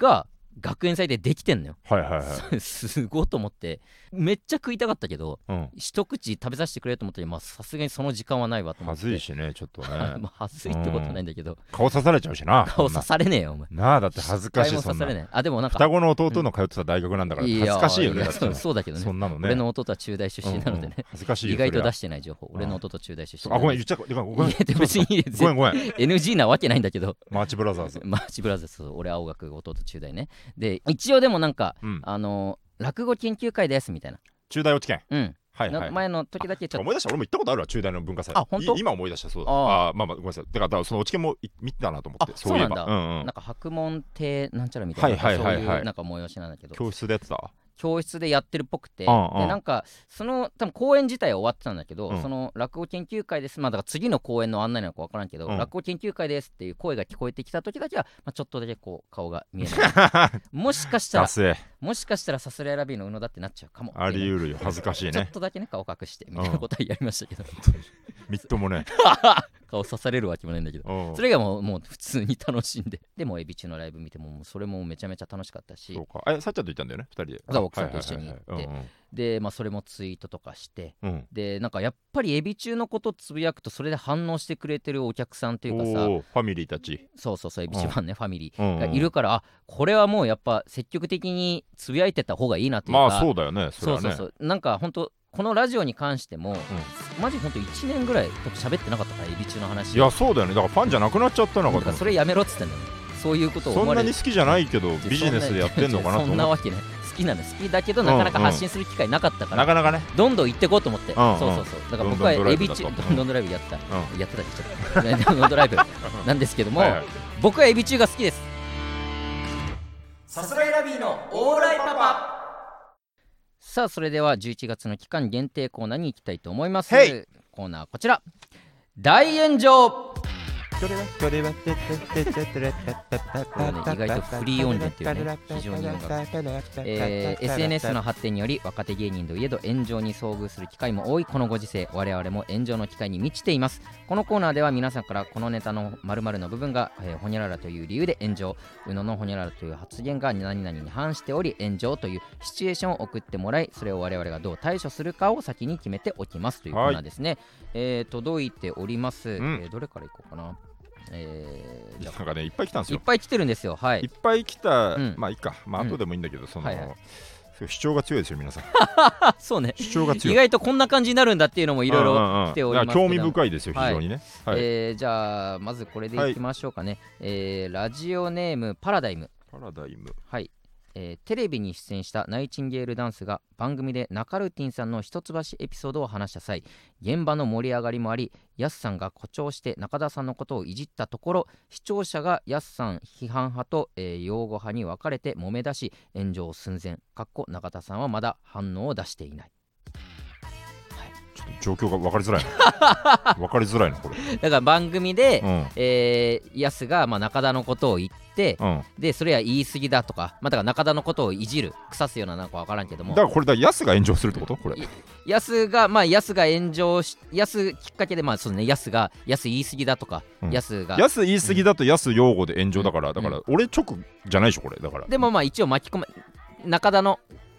が学園祭でできてんのよ、
はいはいはい。
すごいと思ってめっちゃ食いたかったけど
うん。
一口食べさせてくれと思ったけどまあさすがにその時間はないわと思
は
って
ずいしね、ちょっとね。
まあはずいってことはないんだけど、
顔刺されちゃうしな。
顔刺されねえよお前
そんななあ、だって恥ずかしい、
一回
そ
も刺
ん
さ
な
れ。ないあでもなんか
双子の弟の通ってた大学なんだから、恥ずかしいよね。
や
だ
や
ってね
そうそうだけど
そ
ね
んなのね。
俺の弟は中大出身なので
うんう
ね
ん、恥ずかしいよ
意外と出
し
してない情報
うん
俺の弟中大出身
あ、ごめん、言
い
っちゃごめん、ごめん
や。でも別にいいです
ごめん、ごめん。
NG なわけないんだけど
マーチブラザー ズ。
マーチブラザーズそう俺青学弟中大ねで一応でもなんか
うん。
あの落語研究会ですみたいな
中大落ち券。
うん、
はいはい
の。前の時だけちょっと
思い出した俺も行ったことあるわ中大の文化祭
あ本当
い今思い出したそうだ
あ
ああーまあまあごめんなさいだからだからその落ち券もい見てたなと思って
あ
そういえば
そうな
うんう
なん
ん
か白門亭なんちゃらみたいな、
はいはいはいはい
そういうなんか催しなんだけど
教室でやってた
教室でやってるっぽくて、
うんうん
でなんかその多分公演自体は終わってたんだけど、
うん
その落語研究会ですまあだから次の公演の案内なのか分からんけど、
うん
落語研究会ですっていう声が聞こえてきた時だけは、まあ、ちょっとだけこう顔が見 えないもしかしたら
ダセえ
もしかしたらさすらいラビーの宇野だってなっちゃうかも
あり
う
得るよ恥ずかし い
ちょっ
ね
とだけね顔隠してみたいなことはやりました けど、
みっともね
顔刺されるわけもないんだけど
うん
それがもうもう普通に楽しんででもエビ中のライブ見てももうそれもめちゃめちゃ楽しかったし
そうかえさっちゃんと行ったんだよね二人で
そう奥さんと一緒に行って
はいはいはいはい
で、まあ、それもツイートとかして
うんうん
でなんかやっぱりエビ中のことつぶやくとそれで反応してくれてるお客さんというかさ
おーファミリーたち
そうそうそうエビ中ファンね、ファミリ
うん
ー
う
が
ん
いるからあこれはもうやっぱ積極的につぶやいてった方がいいなというか、
まあそうだよねそれ
そう
は
そう
ね
そうなんか本当このラジオに関しても、マジ本当1年ぐらい多分喋ってなかったからエビ中の話
いやそうだよねだからファンじゃなくなっちゃったの
だか
か
ら
と
それやめろっつってんだよそういうことを
そ
思わ
んな
れ
に
る
好きじゃないけどビジネスでやってんのかなと
そ
思
んな
う
わけね好きなの好きだけどなかなか発信する機会なかったから、
なかなかね
どんどん行ってこうと思って、
うんうん
そうそうそうだから僕は
どんどんドラ
エ
イブ
ビ
だと
中どんどんドライブやった、
う
やってたって言っちゃったどんどんドライブなんですけども、
はいはい
僕はエビ中が好きです
さすらいラビーのオーライパパ
さあそれでは11月の期間限定コーナーに行きたいと思います
へ
コーナーはこちら大炎上
それはそれはてててててれたたた
これはね意外とフリー音源っていうね非常に音楽えー SNS の発展により若手芸人といえど炎上に遭遇する機会も多いこのご時世我々も炎上の機会に満ちていますこのコーナーでは皆さんからこのネタの〇〇の部分が、えーほにゃららという理由で炎上宇野のほにゃららという発言が何々に反しており炎上というシチュエーションを送ってもらいそれを我々がどう対処するかを先に決めておきますというコーナーですね、えー、届いております、
ん
えーどれからいこうかなえー、じゃ
なんかねいっぱい来たんです
あいっ
よ
ぱい来てるんですよはい
いっぱい来た
うん
まあいいかまあ
うん
後でもいいんだけどその
はいはい
すごい主張が強いですよ皆さん
あそうね
主張が強
意
い
外とこんな感じになるんだっていうのもいろいろ
うんうんうん
来ておりますけど
だから興味深いですよ非常にねはい
えーじゃあまずこれでいきましょうかね、えーラジオネームパラダイム
パラダイム
はい、えーテレビに出演したナイチンゲールダンスが番組でナカルティンさんの一橋エピソードを話した際現場の盛り上がりもありヤスさんが誇張して中田さんのことをいじったところ視聴者がヤスさん批判派と、えー擁護派に分かれて揉め出し炎上寸前かっこ中田さんはまだ反応を出していない
ちょっと状況が分かりづら いな分かりづらいなこれ
だから番組で、
うん
えーヤスが、まあ、中田のことを言って、
うん
でそれは言い過ぎだとか,、まあ、だから中田のことをいじる腐すようななんか分からんけども
だからこれだヤスが炎上するってことこれ
いヤスがまあヤスが炎上しヤスきっかけでまあそうねヤスがヤス言い過ぎだとか、
うん
ヤスが
ヤス言い過ぎだとヤス擁護で炎上だから、
うん
だから俺直じゃないでしょこれだから
でもまあ一応巻き込ま中田の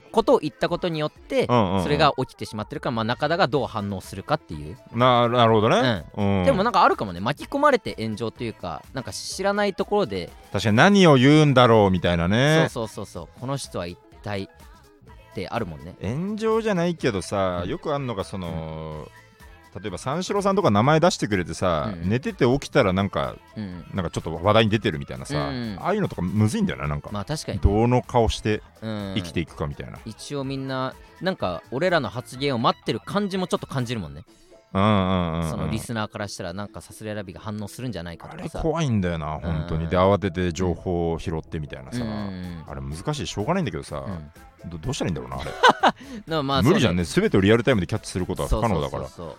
ことを言ったことによって、
うんうんうん
それが起きてしまってるから、まあ、中田がどう反応するかっていう、
ななるほどね、うん
でもなんかあるかもね巻き込まれて炎上というかなんか知らないところで、
確かに何を言うんだろうみたいなね
そうそうそうそうこの人は一体ってあるもんね
炎上じゃないけどさ
うん
よくあんのがその、例えば三四郎さんとか名前出してくれてさ、
うん
寝てて起きたらなんか
うん
なんかちょっと話題に出てるみたいなさ、
うん
ああいうのとかむずいんだよななんか、
まあ確かに、
どの顔して
うん、
生きていくかみたいな、
一応みんななんか俺らの発言を待ってる感じもちょっと感じるもんね、
うんうんうんうん
そのリスナーからしたらなんかさすらいラビが反応するんじゃないか
あ
と
れ
かさ
怖いんだよな本当
う
に
ん
で慌てて情報を拾ってみたいなさ、
うんうん
あれ難しいしょうがないんだけどさ
う、ん
どどうしたらいいんだろうなあれ、
うんまあ
無理じゃんね全てをリアルタイムでキャッチすることは不可能だか
そうそ
ら
うそうそう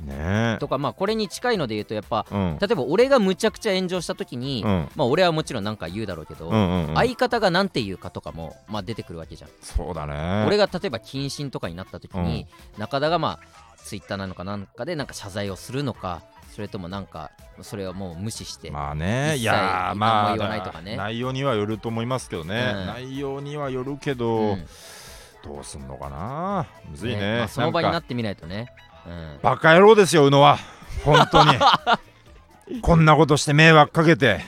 ねえ
とかまあこれに近いので言うとやっぱ
うん
例えば俺がむちゃくちゃ炎上した時に、
うん
まあ俺はもちろんなんか言うだろうけど、
うんうんうん
相方が何て言うかとかも、まあ、出てくるわけじゃん、
そうだね
俺が例えば謹慎とかになった時に、中田がまあツイッターなのかなんかでなんか謝罪をするのかそれともなんかそれをもう無視して、
まあね、
一切
いやー、まあ、
何も言わないとかね
内容にはよると思いますけどね、
うん
内容にはよるけ
う
ど、
ん
どうすんのかな、むずいね、
まあその場に
な
なんっ
か
てみないとね、うん、
バカ野郎ですよ、宇野は、本当に、 こんなことして迷惑かけて、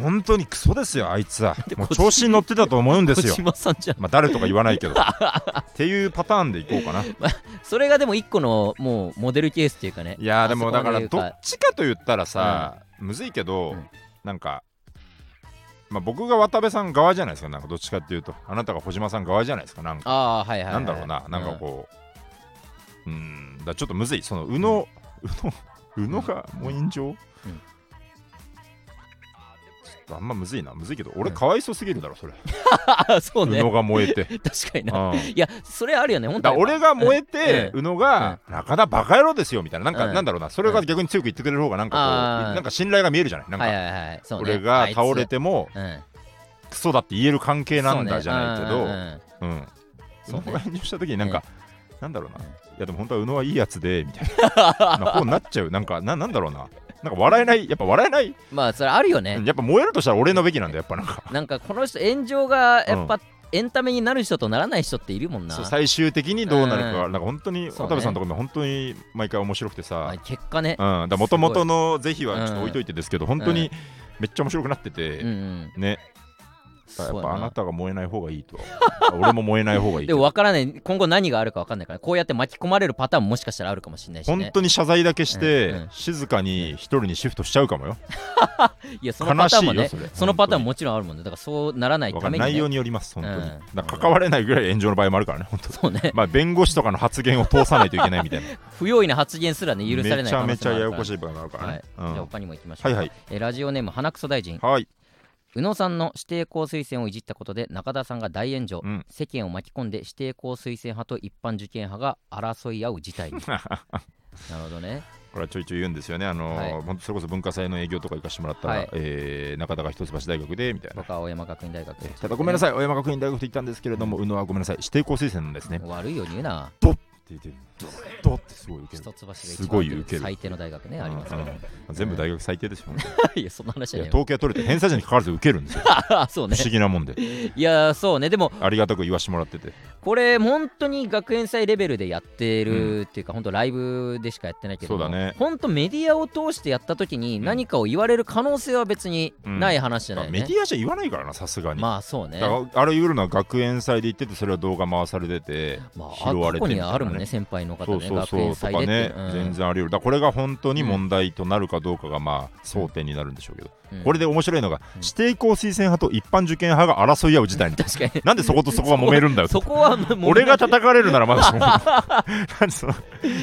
本当にクソですよ、あいつは、もう調子に乗ってたと思うんですよ
小。島さんじゃん
まあ誰とか言わないけどっていうパターンでいこうかない
それがでも一個のもうモデルケースっていうかね
やーでもだからど
と
っちかと言ったらさ、むずいけど、
うん
なんか、まあ、僕が渡部さん側じゃないですかなんかどっちかっていうとあなたが小島さん側じゃないですかなんか、
ああはいはい、はい、
なんだろうななんかこううんだからちょっとむずいその宇野、宇野宇野がモイン上、
うん
ちょっとあんまむずいなむずいけど俺かわいそうすぎるだろそれ、
うん、あそう
宇
ね
野が燃えて、
確かに な、
うん
いやそれあるよね本当
だ
に
俺が燃えて、
う
宇野が、中田バカ野郎ですよみたいな、なんか、
うん
なんだろうな、それが逆に強く言ってくれる方が、なんかこ
あー
う、なんか信頼が見えるじゃない、なんか、
はいはいはいそう、ね、
俺が倒れ
あい
ても
つ、うん
クソだって言える関係なんだじゃないけど、
そううねうんうんうん
ん、その
そうね
辺にした時に、なんか、なんだろう
うん
な、いや、でも本当は宇野はいいやつで、みたいな、 な方になっちゃう、なんか、ななんだろうな、なんか笑えない、やっぱ笑えない、
まあそれあるよ
う
ね
んやっぱ燃えるとしたら俺のべきなんだ、やっぱなんか。
なんかこの人炎上がやっぱ、エンタメになる人とならない人っているもんな
そう最終的にどうなるかが、
うん
なんか本当に
そうね
渡部さんのとかも本当に毎回面白くてさ
まあ、結果ね、
うん、だもともとの是非はちょっと置いといてですけど、本当
うん
にめっちゃ面白くなっ
うん
て
う
て、
ん、
ね、やっ
そう
ぱあな
な
たが燃えない方がいいと、 俺も燃えない方がいいけ
で
ど。
も分からない今後何があるか分かんないからこうやって巻き込まれるパターンももしかしたらあるかもしれないし
本
ね
当に謝罪だけして、
うんうん
静かに一人にシフトしちゃうかもよ。
いやそのパターンも
悲
ね
しいよそれ
そのパターンもちろんあるもんねだからそうならない
わ
た
かんな
め
い
に、ね、
内容によります、本当に。
うん
だから関われないぐらい炎上の場合もあるからね、本 当
そうね
まあ弁護士とかの発言を通さないといけないみたいな。
不用意な発言すらね 許されない
めち
可
ゃ
能
め
性
ちゃ
もあ
や
る
や
から
こしい場合があるからね。
はい、じゃあ
うん
他にも行きましょ
は
う
い
か、
はい。
えーラジオネーム花クソ大臣
はい。
宇野さんの指定校推薦をいじったことで中田さんが大炎上、
うん
世間を巻き込んで指定校推薦派と一般受験派が争い合う事態 になるほどね
これはちょいちょい言うんですよね。あのー
は
本当それこそ文化祭の営業とか行かしてもらったら、
はい
えー中田が一橋大学でみたいな。
僕は青山学院大学
えーただごめんなさ
い
い、青山学院大学と言ったんですけれども、宇野はごめんなさい、指定校推薦なんですね。って
悪いように言うな
言ってるドってすごい受け
一
る。
橋が
す
一
ご
番
い受ける
最低の大学ねあります
う
ね
んうん全部大学最低ですよ。本当に
いやそんな話
い
じゃない
や 統計は取れて、偏差値にかかわらず受けるんですよ。
あそう
不
ね
思議なも んで。
いやそうねでも
ありがたく言わしてもらってて。
これ本当に学園祭レベルでやってるっていうか、本当ライブでしかやってないけども
そうだね
本当メディアを通してやった時に
うん
何かを言われる可能性は別にない話じゃないよね、
メディアじゃ言わないからな、さすがに。
まあそうね
だからあれ言うのは学園祭で言ってて、それは動画回されてて、
まあ、
拾わ
過去
れてみたい
に
な
あるもんね、。先輩の
そ
方
う
ね、
そう
学
そう
園
と
祭
か
でって
ね、
うん
全然あり得るだからこれが本当に問題となるかどうかがまあ争点になるんでしょうけど、
うん
これで面白いのが、
うん
指定校推薦派と一般受験派が争い合う事態 に
確か に、
なんでそことそこが揉めるんだよ
そこはもう、
俺が叩かれ るならまだしも何その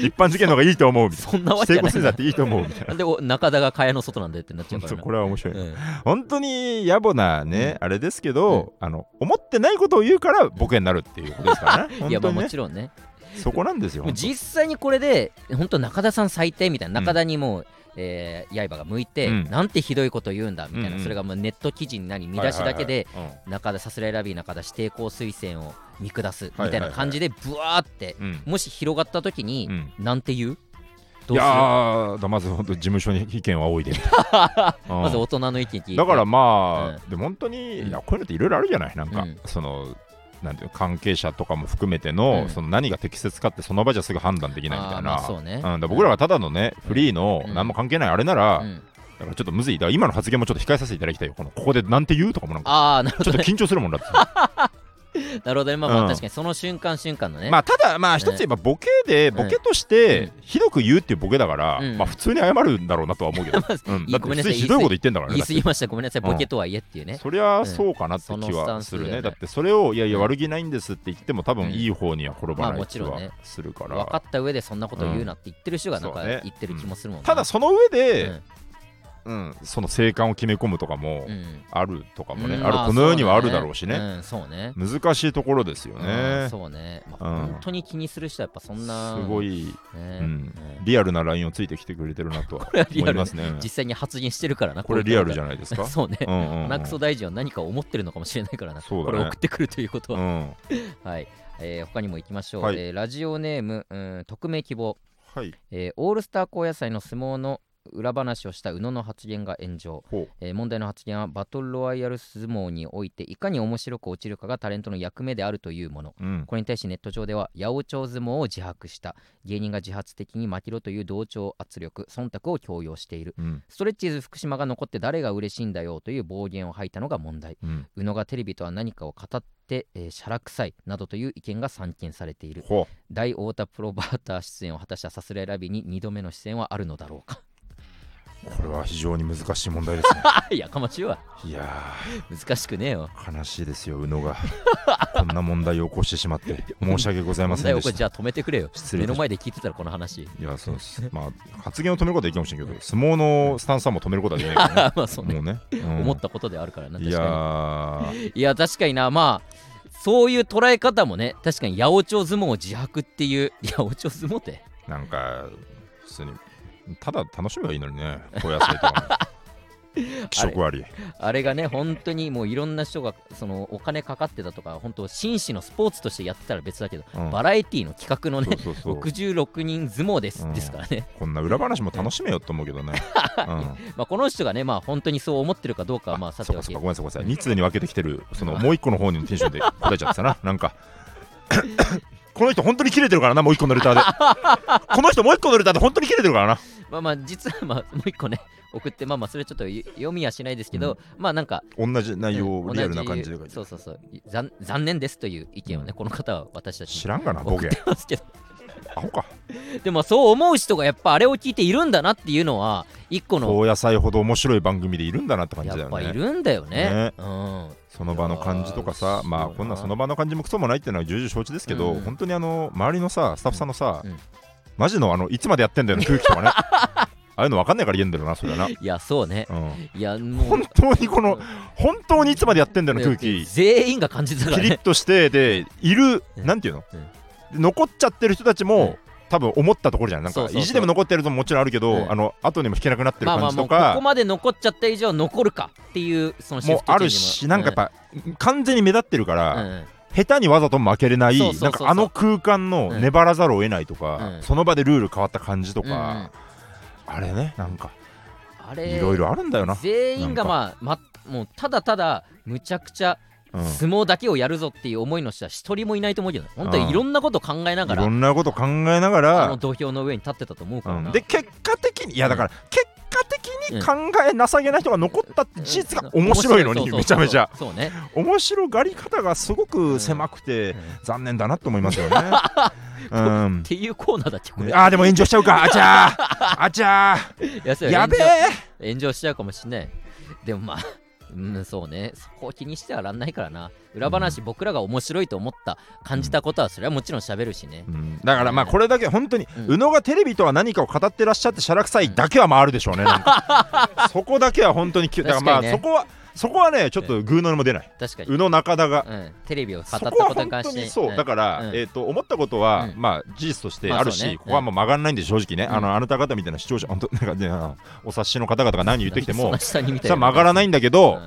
一般受験の方がいいと思うみたい
そんな
な
わ
指
け
定
じゃない
校推薦だっていいと思うみ たいな
なんでお中田が蚊帳の外なんだよってなっちゃう
本
から
当
な。
これは面白い、
うん
本当に野暮なね、あれですけど、あの思ってないことを言うからボケになるっていうことですからね
いやま
本当
あ
に
も
ね
ちろんね、
そこなんですよ
もう実際にこれで、本当、中田さん最低みたいな、中田にもう、えー刃が向いて、
うん
なんてひどいこと言うんだみたいな、
うんうん
それがもうネット記事になり、見出しだけで、、
はいはいはい
中田さすらいラビー中田指定校推薦を見下すみた
はいいは
ない
はい
感じで、ぶわーって、
うんうん
もし広がった時に、
うん
なんて言うど
いう
す
や
る
ーだまず本当事務所に意見は多い でうん
まず大人の意見聞いて。
だからまあ、
う
でも本当に、
うん
いやこういうのっていろいろあるじゃないなんか、
うん
そのなんていうの関係者とかも含めての,、
うん
その何が適切かってその場じゃすぐ判断できないみた
あー
い
ま
な
あ。そうね
うん、だから僕らがただのね、フリーの
うん
何も関係ないあれなら、
うん
だからちょっとむずいだから今の発言もちょっと控えさせていただきたいよこのここでなんて言うとかもなんか
ああ、なるほ
ちょ
ど
っと
ね。
緊張するもんだって
なるほどね。まあまあ、
うん
確かにその瞬間瞬間のね。
まあただまあ一つ言えばボケで
うん
ボケとしてひどく言うっていうボケだから、
うん
まあ普通に謝るんだろうなとは思う けど、うん、だって
ごめんなさ
普通
い
にひどいこと言ってんだから
言
ね
い
だ
過
って
ぎました。ごめんなさい。
うん
ボケとはいえっていうね。
そりゃそうかなって気はするね、
うんそのスタンスだよね
だってそれをいやいや
うん
悪気ないんですって言っても多
うん
分いい方には転ば
まあ
な
も
い
ち
気
ろん
は
ね
するから、
分かった上でそんなこと言うなって言ってる人がなんか
うんそうね
言ってる気もするもんな
ただその上
う
で、
ん
うんその生還を決め込むとかも
うん
あるとかもね、
うん
ある
ま
この世にはあるだろうし
そ
ね、
うん、そうね。
難しいところですよ
う
ね
ん、そうね。まあ
うん
本当に気にする人はやっぱそんな。
すごい
ね。
うん
ね
リアルなラインをついてきてくれてるな とは
れはリア
思
ル
いますね
実際に発言してるからな。
これリアルじ
ゃ
ゃないですか
そうね。
うんうんうん
ナクソ大臣は何か思ってるのかもしれないからな。
そう
こ
だね
れ送ってくるということは
う。ん
はい、えー他にも行きましょう、
はい
えーラジオネーム、うん、匿名希望
はい
えーオールスター高野菜の相撲の裏話をした宇野の発言が炎上、
ほう
えー問題の発言はバトルロワイヤル相撲においていかに面白く落ちるかがタレントの役目であるというもの
うん
これに対しネット上では八百長相撲を自白した芸人が自発的に負けろという同調圧力忖度を強要している
うん
ストレッチーズ福島が残って誰が嬉しいんだよという暴言を吐いたのが問題
うん
宇野がテレビとは何かを語って、えー、シャラ臭いなどという意見が散見されている
ほ
大太田プロバーター出演を果たしたさすらいラビに2度目の出演はあるのだろうか
うこれは非常に難しい問題です ね
やかましいわ
いや
難しくねえよ
ー悲しいですよ宇野がこんな問題を起こしてしまって申し訳ございま
問
せ
題を
んで
これ
し
じ
た
ゃあ止めてくれよ
失礼
目
いた
の
しま
前で聞いてたらこの話
いやそうですまあ発言を止めることはできるかもしれんけど相撲のスタンスはもう止めることはできない からね
あまあそうね
もうね、うん
思ったことであるからな確
い
か
や
に
ー
いや確かになまあそういう捉え方もね確かに八百長相撲を自白っていう 八百長相撲って
なんか普通にただ楽しめばいいのにね高野菜とか も気色悪い
あれがね本当にもういろんな人がそのお金かかってたとか本当紳士のスポーツとしてやってたら別だけど、
うん
バラエティの企画のね
そうそうそう
66人相撲です,、
うん
ですからね、
こんな裏話も楽しめよと思うけどね、うん、
まあ、この人がね、まあ、本当にそう思ってるかどうかはまあさ
そ
て
う
お
かそう
き
かごめんなさいごめんなさい2通に分けてきてるそのもう一個の方にのテンションで答えちゃってたな なんかこの人本当に切れてるからなもう一個のレターでこの人もう一個のレターで本当に切れてるからな
まあまあ実はまあもう一個ね送ってまあまあそれちょっとよ読みはしないですけど、まあなんか
同じ内容
うん
をリアル
同
な
じ
感じで書いて
そ
る
うそうそう残残念ですという意見をねこの方は私たちに
知らんがなボ
送
ケ
ってますけど
アホか
でもそう思う人がやっぱあれを聞いているんだなっていうのは一個の
高野菜ほど面白い番組でいるんだなって感じだ
やっ
よ
ぱい
ね
るんだよね
ね
うん
その場の感じと
い
か
や
さ
ー
まあ
そうだな
こんなんその場の感じもクソもないっていうのは重々承知ですけど、
うん
本当にあの周りのさスタッフさんのさ、
うんうん
マジのあのいつまでやってんだよの空気とかねああいうの分かんないから言えんだよなそれはな、
いやそうね
うん、
いやもう
本当にこの本当にいつまでやってんだよの空
いや
気
全員が感じてたから
キリッ
ね
としてでいる、
うん
なんていうの、
うん
で残っちゃってる人たちも、
うん
多分思ったところじゃんなん
そう
か
そうそう
意地でも残ってるのももちろんあるけど、
うん
あの後にも引けなくなってる
まあま
感
あ
じ
もう
と
こ
か
こまで残っちゃった以上残るかっていうそのシフ
も
ト
ある
チ
し
ェンジも
なんかやっ、ぱ完全に目立ってるから、
うんうん
下手にわざとも負けれない
そうそうそうそう
なんかあの空間
う
の
ん
粘らざるを得ないとか、
うん
その場でルール変わった感じと
うんうん
か、あれねなんか
あれ
いろいろあるんだよな、
全員がまあまもうただただむちゃくちゃ
うん
相撲だけをやるぞっていう思いの人は一人もいないと思うけど本当にいろんなこと考えなが
いろ
ら
んなこと考えなが
あの
ら、
土俵の上に立ってたと思うから
う
なん
で結果的にいやだから、結果的に考えなさげな人が残ったって事実が
うん
面白いのに
そうそうそう
めちゃめちゃ
そうね
面白がり方がすごく狭くて、
うん
残念だなと思います よね。うん
っていうコーナーだってこれ
あーでも炎上しちゃうかあちゃーあちゃ
いやそ
ー
れ
やべ
炎上
え
炎上しちゃうかもしんないでもまあうん、そうねそこを気にしてはらんないからな裏話、僕らが面白いと思った感じたことはそれはもちろん喋るしね、
うんだからまあこれだけ本当に、
うん
宇野がテレビとは何かを語ってらっしゃってしゃらくさいだけは回る でしょうね、なんかそこだけは本当にきゅだからまあ、
確かにね
そこはそこはねちょっとグーの音も出ない、
確かに、
宇野中田が、
うん、テレビを語った
そ
こ
こは
とに
本
関
当
して
にそう、だ
か
から、
うん
えー、と思ったことは、
うん
まあ事実としてあるし、
まあそうね
ここはもう曲がらないんで正直ね、
うん
あのあなた方みたいな視聴者本当なんか、ね、あのお察しの方々が何言ってきても
下にみた
そ
い
れは曲がらないんだけど、
うん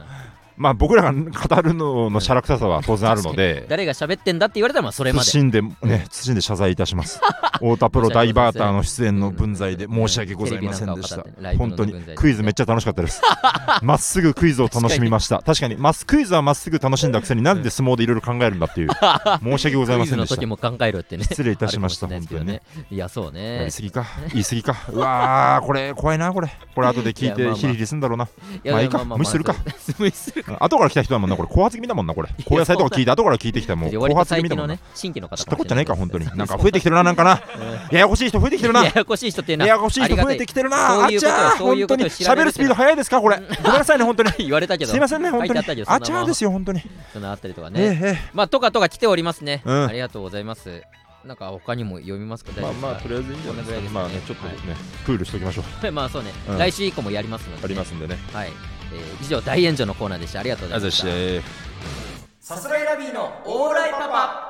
まあ僕らが語るののしゃらくささは当然あるので、
誰が喋ってんだって言われたらまあそれまで
謹んでね謹んで謝罪いたします 太田プロダイバーターの出演の分際で申し訳ございませんでし
テレ
た
ビなんかを語ってねライブの
本当に
分際で
クイズめっちゃ楽しかったです まっすぐクイズを楽しみました確かにまっすクイズはまっすぐ楽しんだく せになんで相撲でいろいろ考えるんだっていう申し訳ござい
ク
ま
イ
せ
ズ
んで
の
した
時も考えろってね
失礼いたしました
あるかもれないですけどねいやそう
や
ね
りすぎか言いすぎかうわーこれ怖いなこれこれ後で聞い
いやまあ
て
まあ
ヒリヒリするんだろうない
や
まあいいか
まあまあまあ
無視するか
そう無視するか
後から来た人だもんなこれ後発気味だもんなこれ高野菜とか聞いて後から聞いてきたもう後
割と
発気
最
味だ
近の
もんな
ね新規の方
知っ
か
た
もしれ
こっちゃないか
です
本当になんか増えてきてるなな んかなややこしい人増えてきてるな
ややこしい人っていうの
や
は
やこしい人増えてきてるな
あ
あ
り
ち
が
ゃ
た
ー
いそういうこと
本当に
をそういうことを調べる
喋るスピード速いですかこれごめんなさいね本当に
言われたけど
すいませんね本当
書
に
いてあったけど
あちゃーですよ本当に
そのあたりとかね、
えええ
まあとかとか来ておりますね、
うん
ありがとうございますなんか他にも読みますか
え
大丈夫ですか、
りあえずいいん
じゃないですか
まあねちょっとねプールしときましょう
はいまあそうね、
うん
来週以降もやりますので、ね、
ありますんでね
はい、えー以上大炎上のコーナーでしたありがとうご
あ
ざい
ざ
まし
っしたゃい
さすらいラビーのオーライパパ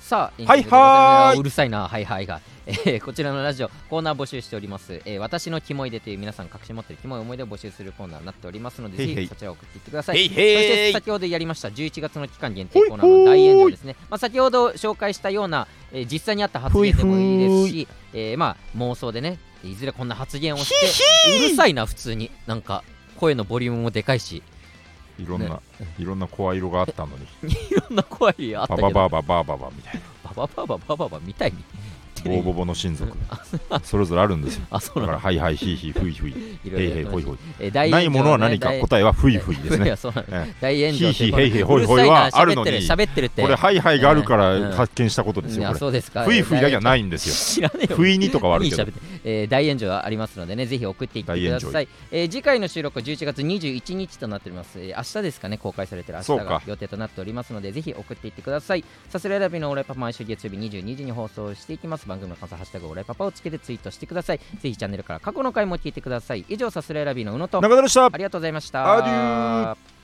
さあ、
はいはーいう
るさいな、はいはいが、ええーこちらのラジオコーナー募集しております、えー私のキモいでという皆さん隠し持ってるキモい思い出を募集するコーナーになっておりますので
へいへい
ぜひそちらを送っていってください
へい
そし
へ
て
い
先ほどやりました11月の期間限定コーナーの大炎上ですね、まあ、先ほど紹介したような、えー実際にあった発言でもいいですし、えーまあ、妄想でねいずれこんな発言をしてうるさいな普通になんか声のボリュームもでかいし
いろん
ね
な、いろんな声色があったのに、
いろんな声あった
バ
けど
バ
バ
バーバーバーバーバーみたい
ババババババみたいに
な、ボーボボの親族、それぞれあるんですよ。
あそう
だ
なの
から、はいはい、ひいひい、ふいふい、
いろ
へい
いろ
へい、
やって
ほ
ま
い
し
ほい。
たえー大
ない
炎上
ものは何か、
大
答えはふいふいで す
い
ね
や。そうなの
え
大炎上
ひいひいへいへいほいほいはあるのに
喋ってるって
これ、はいはいがあるから
うん
発見したことです
い
よ、
や
これ。
そうですか
ふいふいだけは
い
ないんですよ。
知らねえよ
不意にとかはある
い
け
い
ど
喋ってえー大炎上はありますのでねぜひ送っていってくだ
大
さい、えー次回の収録11月21日となっております、えー明日ですかね公開されてる明日
そう
が
か
予定となっておりますのでぜひ送っていってくださいさすらいラビのオレパパ毎週月曜日22時に放送していきます番組の感想ハッシュタグオレパパをつけてツイートしてくださいぜひチャンネルから過去の回も聞いてください以上さすらいラビの宇野と
中田でした
ありがとうございました
アデュー